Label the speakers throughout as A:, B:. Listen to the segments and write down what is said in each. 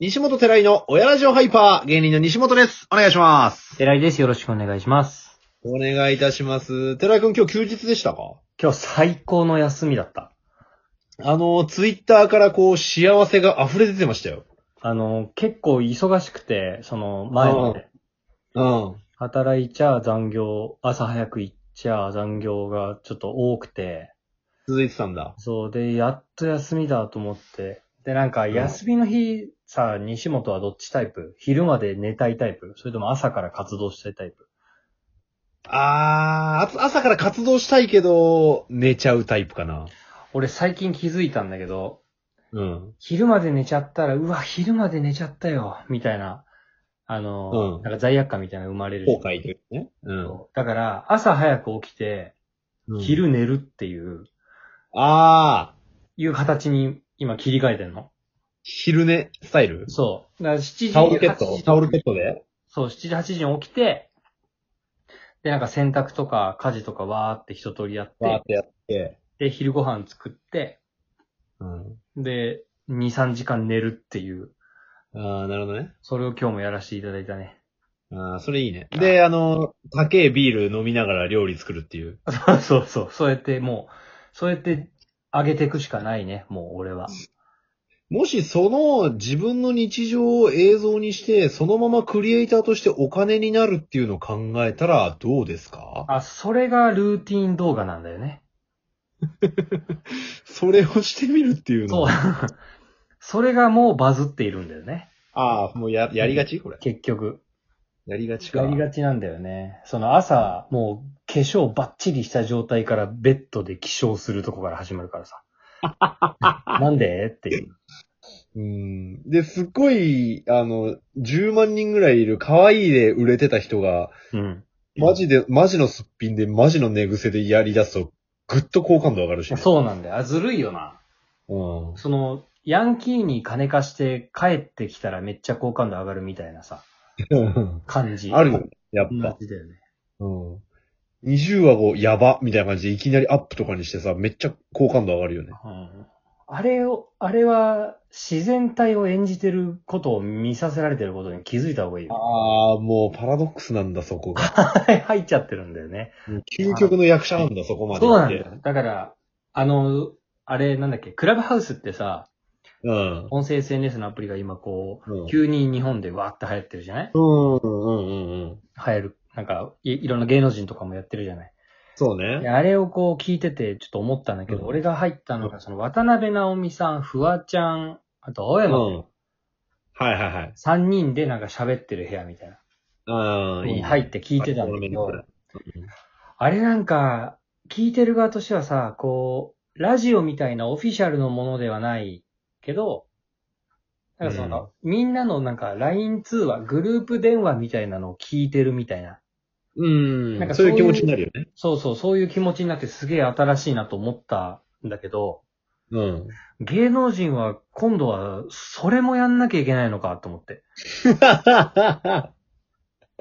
A: 西本寺井の親ラジオハイパー、芸人の西本です。お願いします。
B: 寺井です。よろしくお願いします。
A: お願いいたします。寺井くん今日休日でしたか
B: 今日最高の休みだった。
A: あの、ツイッターからこう、幸せが溢れ出てましたよ。
B: あの、結構忙しくて、その前まで。
A: うん。
B: 働いちゃ残業、朝早く行っちゃ残業がちょっと多くて。
A: 続いてたんだ。
B: そう、で、やっと休みだと思って。で、なんか
A: ん
B: 休みの日、さ、西本はどっちタイプ昼まで寝たいタイプそれとも朝から活動したいタイプ
A: あー、あ朝から活動したいけど、寝ちゃうタイプかな。
B: 俺最近気づいたんだけど、
A: うん。
B: 昼まで寝ちゃったら、うわ、昼まで寝ちゃったよ、みたいな、あの、
A: うん
B: なんか罪悪感みたいなの生まれる。
A: 後悔というかね。うん
B: そうだから、朝早く起きて、
A: うん。
B: 昼寝るっていう、
A: あー、
B: いう形に今切り替えてんの。
A: 昼寝スタイル
B: そう。だから7時、
A: タオルケッ
B: 8
A: ト
B: 時
A: タオルケットで
B: そう、7時、8時に起きて、で、なんか洗濯とか家事とかわーって一通りやっ、
A: バーっててやって。
B: で、昼ご飯作って、
A: うん。
B: で、2、3時間寝るっていう、
A: あー、なるほどね。
B: それを今日もやらせていただいたね。
A: ああ、それいいね。で、あの、高えビール飲みながら料理作るっていう。
B: そうそう。そうやってもう、そうやって上げていくしかないね、もう俺は。
A: もしその自分の日常を映像にして、そのままクリエイターとしてお金になるっていうのを考えたらどうですか
B: あ、それがルーティン動画なんだよね。
A: それをしてみるっていうの
B: そう
A: は。。
B: それがもうバズっているんだよね。
A: ああ、もうや、やりがちこれ。
B: 結局。
A: やりがちか。
B: やりがちなんだよね。その朝、もう化粧バッチリした状態からベッドで起床するとこから始まるからさ。 なんでっていう。
A: うん。で、すっごい、あの、10万人ぐらいいる可愛いで売れてた人が、
B: うん。
A: マジで、マジのすっぴんで、マジの寝癖でやり出すと、ぐっと好感度上がるしね、
B: そうなんだよ。あ、ずるいよな。
A: うん。
B: その、ヤンキーに金貸して帰ってきたらめっちゃ好感度上がるみたいなさ、感じ。
A: あるよね、やっぱ。
B: 同じだよね。
A: うん。20話後、やば、みたいな感じで、いきなりアップとかにしてさ、めっちゃ好感度上がるよね。
B: うんあれを、あれは自然体を演じてることを見させられてることに気づいた方がいいよ。
A: ああ、もうパラドックスなんだ、そこが。
B: 入っちゃってるんだよね。
A: 究極の役者なんだ、そこまで。
B: そうなんだよ。だから、あの、あれなんだっけ、クラブハウスってさ、
A: うん。
B: 音声 SNS のアプリが今こう、
A: うん
B: 急に日本でわーって流行ってるじゃない
A: うん、うん、うん、うん。
B: 流行る。なんかい、いろんな芸能人とかもやってるじゃない
A: そう
B: で
A: ね。
B: あれをこう聞いてて、ちょっと思ったんだけど、
A: うん
B: 俺が入ったのが、その渡辺直美さん、フワちゃん、あと青
A: うん。
B: 山、
A: はいはいはい。
B: 3人でなんか喋ってる部屋みたいな。
A: ああ、いいね。
B: 入って聞いてたんだけ
A: う
B: ど、
A: ん
B: あれなんか、聞いてる側としてはさ、こう、ラジオみたいなオフィシャルのものではないけど、なんかその、みんなのなんか LINE 通話、グループ電話みたいなのを聞いてるみたいな。
A: うん。
B: なんか
A: そういう気
B: そういう
A: 持ちになるよね。
B: そうそう、そういう気持ちになってすげえ新しいなと思ったんだけど、
A: うん。
B: 芸能人は今度はそれもやんなきゃいけないのかと思って。だか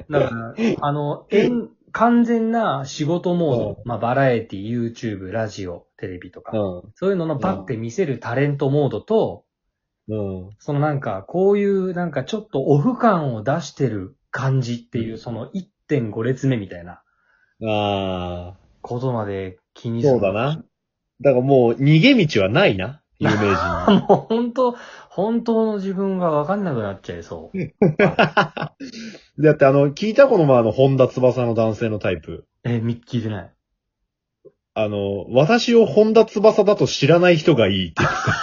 B: ら、あの、えん完全な仕事モード、まあバラエティ、YouTube、ラジオ、テレビとか、そういうののバッて見せるタレントモードと、
A: うん。うん。
B: そのなんか、こういうなんかちょっとオフ感を出してる感じっていうう、
A: ん
B: その1.5列目みたいな
A: ああ、
B: ことまで気にする。
A: そうだ。な。だからもう、逃げ道はないな、有名人に。
B: もう本当、本当の自分がわかんなくなっちゃいそう。
A: だってあの、聞いたこの前あの、本田翼の男性のタイプ。
B: え、み聞いてない。
A: あの、私を本田翼だと知らない人がいいって言ってた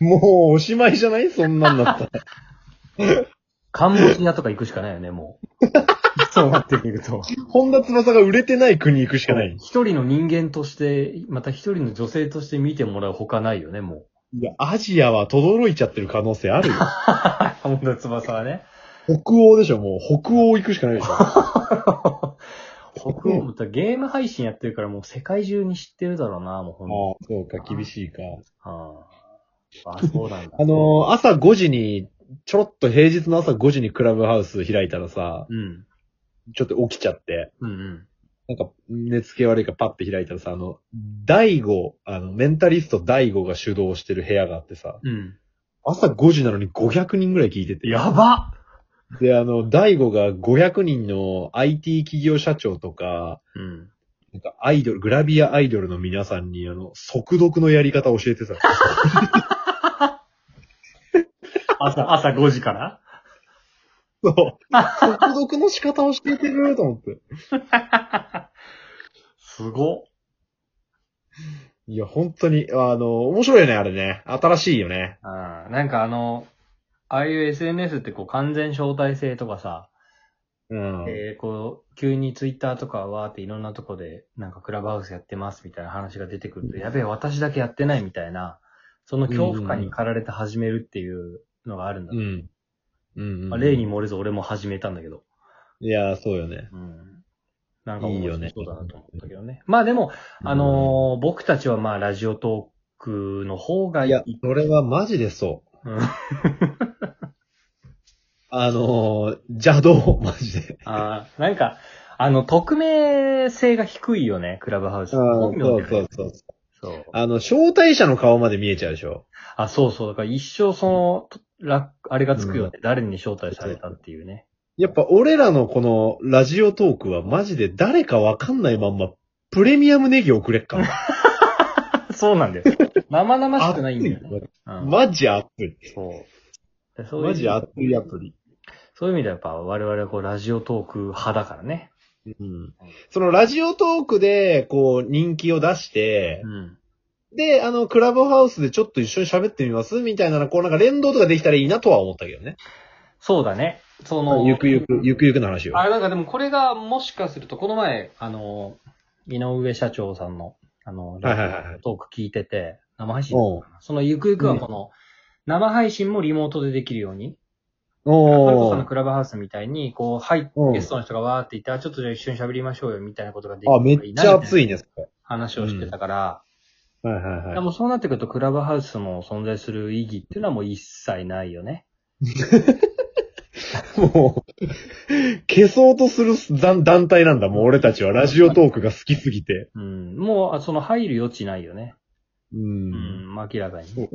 A: もうおしまいじゃないそんなんなったら。
B: カンボジアとか行くしかないよね、も う。そうなってくると。
A: 本田翼が売れてない国行くしかない。
B: 一人の人間として、また一人の女性として見てもらうほかないよね、も う。
A: いや、アジアは轟いちゃってる可能性あるよ。
B: 本田翼はね。
A: 北欧でしょ、もう。北欧行くしかないでしょ。
B: 北欧もゲーム配信やってるからもう世界中に知ってるだろうな、もうほんと。
A: ああ、そうか、厳しいか。
B: ああ、あそうなんだ。
A: あのー朝5時に、ちょろっと平日の朝5時にクラブハウス開いたらさ、
B: うん。
A: ちょっと起きちゃって。
B: うんうん。
A: なんか、寝つけ悪いからパッて開いたらさ、あの、大悟、あの、メンタリスト大悟が主導してる部屋があってさ、
B: うん。
A: 朝5時なのに500人ぐらい聞いてて。
B: やば
A: で、あの、大悟が500人の IT 企業社長とか、
B: うん。
A: なんかアイドル、グラビアアイドルの皆さんに、あの、速読のやり方を教えてた。
B: 朝、朝5時から
A: そう。速読の仕方を教えてると思って。
B: すご。
A: いや、本当に、あの、面白いよね、あれね。新しいよね。
B: うん。なんかあの、ああいう SNS ってこう完全招待制とかさ、
A: うん。
B: えーこう、急にツイッターとかわーっていろんなとこで、なんかクラブハウスやってますみたいな話が出てくると、やべえ、私だけやってないみたいな、その恐怖感に駆られて始めるっていうのがあるんだ。
A: うん。うん、
B: まあ、例に漏れず俺も始めたんだけど。
A: いや、そうよね。
B: うん。なんか面白そうだなと思ったけどね。まあでも、あのー僕たちはまあラジオトークの方が
A: いや、それはマジでそう。
B: うん
A: あのー、邪道、マジで。
B: あーなんか、あの、匿名性が低いよね、クラブハウス。本
A: そ
B: 名
A: う
B: で
A: そうそう。
B: そう。
A: あの、招待者の顔まで見えちゃうでしょ。
B: あ、そうそう。だから一生その、とらあれがつくよね、誰に招待されたっていうね。
A: やっぱ俺らのこのラジオトークはマジで誰かわかんないまんまプレミアムネギをくれっから。
B: そうなんだよ。生々しくないんだよね。
A: 熱い
B: うん
A: マジ熱い。
B: そうでそういう。
A: マジ熱いアプリ。
B: そういう意味ではやっぱ我々はこうラジオトーク派だからね。
A: うんそのラジオトークで、こう、人気を出して
B: う、ん。
A: で、あの、クラブハウスでちょっと一緒に喋ってみますみたいな、こうなんか連動とかできたらいいなとは思ったけどね。
B: そうだね。その、
A: ゆくゆく、ゆくゆくの話を。
B: あれなんかでもこれがもしかすると、この前、あの、井上社長さんの、あの、
A: はいはいはいはい
B: トーク聞いてて、生配信だったかなそのゆくゆくはこの、生配信もリモートでできるように、それこそあの
A: おー
B: クラブハウスみたいに、こう、はい
A: うん、
B: ゲストの人がわーって言って、あ、ちょっとじゃあ一緒に喋りましょうよ、みたいなことができ
A: あ、めっちゃ熱
B: い。
A: いね、それ。
B: 話をしてたから、
A: はいはい
B: で
A: はい。
B: もそうなってくると、クラブハウスの存在する意義っていうのはもう一切ないよね。
A: もう、消そうとする団団体なんだ、もう俺たちは。ラジオトークが好きすぎて。
B: うん。もう、あその入る余地ないよね。
A: う。
B: うんん、明らかに。
A: そう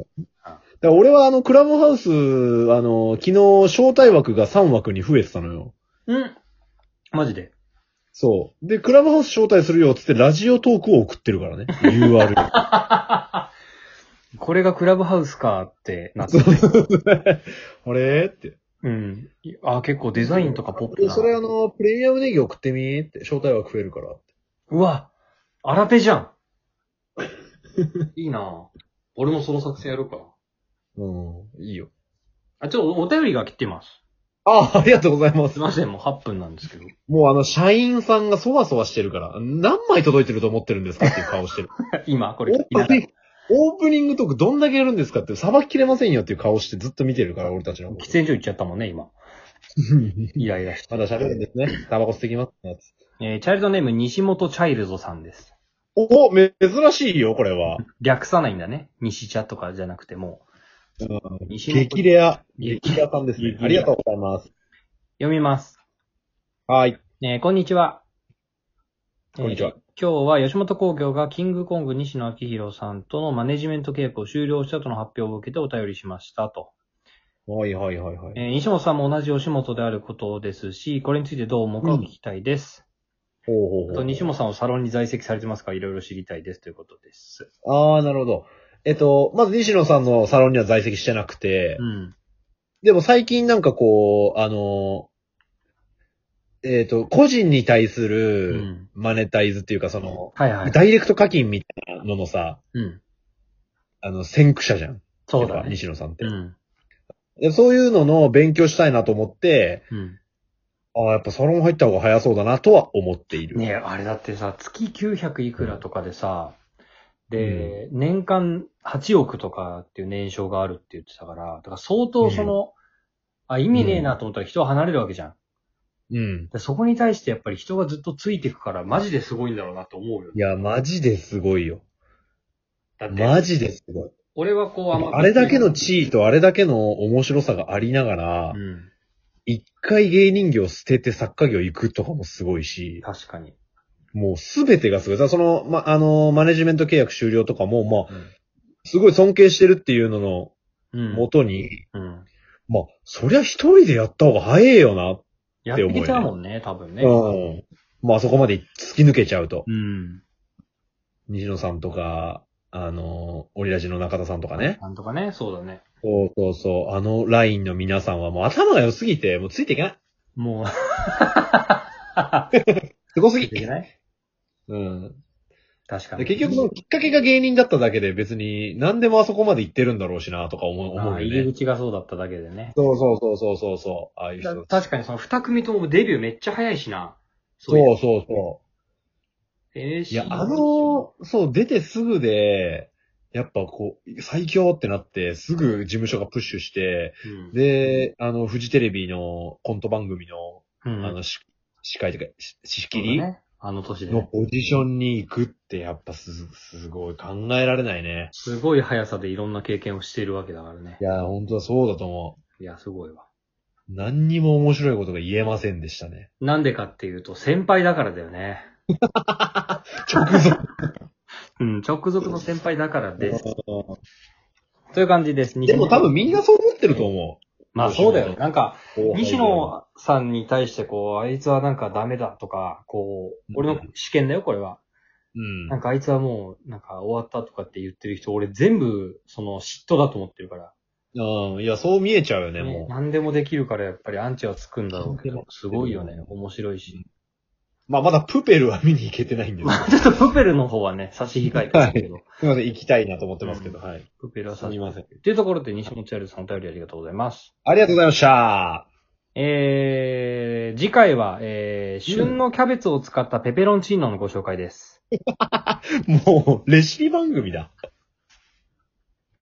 A: だから俺はあの、クラブハウス、あの、昨日、招待枠が3枠に増えてたのよ。
B: うん。マジで。
A: そう。で、クラブハウス招待するよっつって、ラジオトークを送ってるからね。URL。
B: これがクラブハウスかってなって。
A: あれって。
B: うん。あ、結構デザインとかポップ
A: で
B: だ
A: それあの、プレミアムネギ送ってみーって、招待枠増えるから。
B: うわ、新手じゃん。いいなぁ俺もその作戦やろうかな。
A: うん。いいよ。
B: あ、ちょっとお便りが来てます。
A: あ、 ありがとうございます
B: すい。ません、もう8分なんですけど。
A: もうあの、社員さんがそわそわしてるから、何枚届いてると思ってるんですかっていう顔 してる。
B: 今、こ
A: オ
B: れ聞きな
A: ープ
B: がら
A: ニング、オープニングトークどんだけやるんですかって、さばききれませんよっていう顔してずっと見てるから、俺たちのこと。
B: 喫煙所行っちゃったもんね、今。イライラして。
A: まだ喋るんですね。タバコ吸ってきますね。
B: えーチャイルドネーム西本チャイルドさんです。
A: お、お珍しいよ、これは。
B: 略さないんだね。西茶とかじゃなくてもう。西本
A: 激レア。
B: 激
A: 激レアさんですね
B: 激。レア
A: ありがとうございます。
B: 読みます。
A: はい。
B: えーこんにちは。
A: こんにちは
B: えー今日は吉本興業がキングコング西野明宏さんとのマネジメント稽古を終了したとの発表を受けてお便りしましたと。
A: はいはいはいはい。
B: えー西本さんも同じ吉本であることですし、これについてどう思うかを聞きたいです。
A: ほうほう
B: あ
A: ほ
B: と
A: う。
B: 西本さんをサロンに在籍されてますから、いろいろ知りたいですということです。
A: あー、なるほど。えっと、まず西野さんのサロンには在籍してなくて、
B: うん。
A: でも最近なんかこう、あの、えっ、と、個人に対す
B: う
A: る
B: ん。
A: マネタイズっていうかその、
B: はいはい。
A: ダイレクト課金みたいなののさ、
B: うん。
A: あの、先駆者じゃん。
B: そう
A: や
B: だ
A: っぱ
B: ね。
A: 西野さんって、
B: うん。
A: で。そういうのの勉強したいなと思って、
B: うん。
A: ああ、やっぱサロン入った方が早そうだなとは思っている。
B: ねえあれだってさ、月900いくらとかでさ、で、年間8億とかっていう年商があるって言ってたから、だから相当その、あ、意味ねえなと思ったら人は離れるわけじゃん。
A: うん。
B: でそこに対してやっぱり人がずっとついてくから、マジですごいんだろうなと思うよ
A: い。や、マジですごいよ。
B: だって、
A: マジですごい。
B: 俺はこうあんま
A: あれだけの地位とあれだけの面白さがありながら
B: う、ん。
A: 一、回芸人業捨てて作家業行くとかもすごいし、
B: 確かに。
A: もうすべてがすごい。だからその、ま、あの、マネジメント契約終了とかも、まあ、
B: うん
A: すごい尊敬してるっていうのの、
B: うん。
A: 元に、
B: うん。
A: まあ、そりゃ一人でやった方が早いよな。
B: やってきたもんね、多分ね。
A: うん。まあそこまで突き抜けちゃうと。
B: うん。
A: 西野さんとか、あの、オリラジの中田さんとかね。
B: なんとかね、そうだね。
A: そうそうそう。あのラインの皆さんはもう頭が良すぎて、もうついていけない。
B: もう。
A: すごす
B: い
A: ぎ
B: け
A: て。
B: ない
A: うん。
B: 確かに。
A: で結局そのきっかけが芸人だっただけで別に何でもあそこまで行ってるんだろうしなとか思う、思
B: あ
A: う
B: あ入
A: よ
B: り
A: ね。
B: 口がそうだっただけでね。
A: そうそうそうそうそうそう。ああいう人
B: た確かにその二組ともデビューめっちゃ早いしな。そうい。
A: そううそうそ
B: え
A: う。いや、あ、の、そう、出てすぐで、やっぱこう、最強ってなって、すぐ事務所がプッシュして、
B: うん、
A: で、あの、フジテレビのコント番組の、
B: うん、
A: あの、し司会というか、し仕
B: そう
A: 切
B: だ
A: り
B: ね、あの年で
A: の
B: ね。
A: ポジションに行くって、やっぱす、すごい考えられないね。
B: すごい速さでいろんな経験をしているわけだからね
A: い。や、本当はそうだと思う。
B: いや、すごいわ。
A: 何にも面白いことが言えませんでしたね。
B: なんでかっていうと、先輩だからだよね。
A: 直 属。
B: うん、直属の先輩だからです。という感じです。
A: でも多分みんなそう思ってると思
B: まあそうだよね。なんか、
A: う。
B: 西野さんに対してこう、あいつはなんかダメだとか、こう、俺の試験だよ、これは。
A: うん。
B: なんかあいつはもう、なんか終わったとかって言ってる人、俺全部、その嫉妬だと思ってるから。
A: うん。いや、そう見えちゃうよね、
B: ね
A: も
B: 何でもできるからやっぱりアンチはつくんだろう
A: 何
B: け
A: で
B: ど
A: も、
B: すごいよね。面白いし。
A: う。まあ、まだプペルは見に行けてないんです
B: まあちょっとプペルの方はね、差し控えてますけど。
A: すいません、行きたいなと思ってますけど、はい。
B: プペルは
A: す
B: 差し
A: み
B: 控え
A: ません。
B: て。っていうところで西本チャルさんお便りありがとうございます。
A: ありがとうございました。
B: えー、次回は、えー、旬のキャベツを使ったペペロンチーノのご紹介です。
A: もう、レシピ番組だ。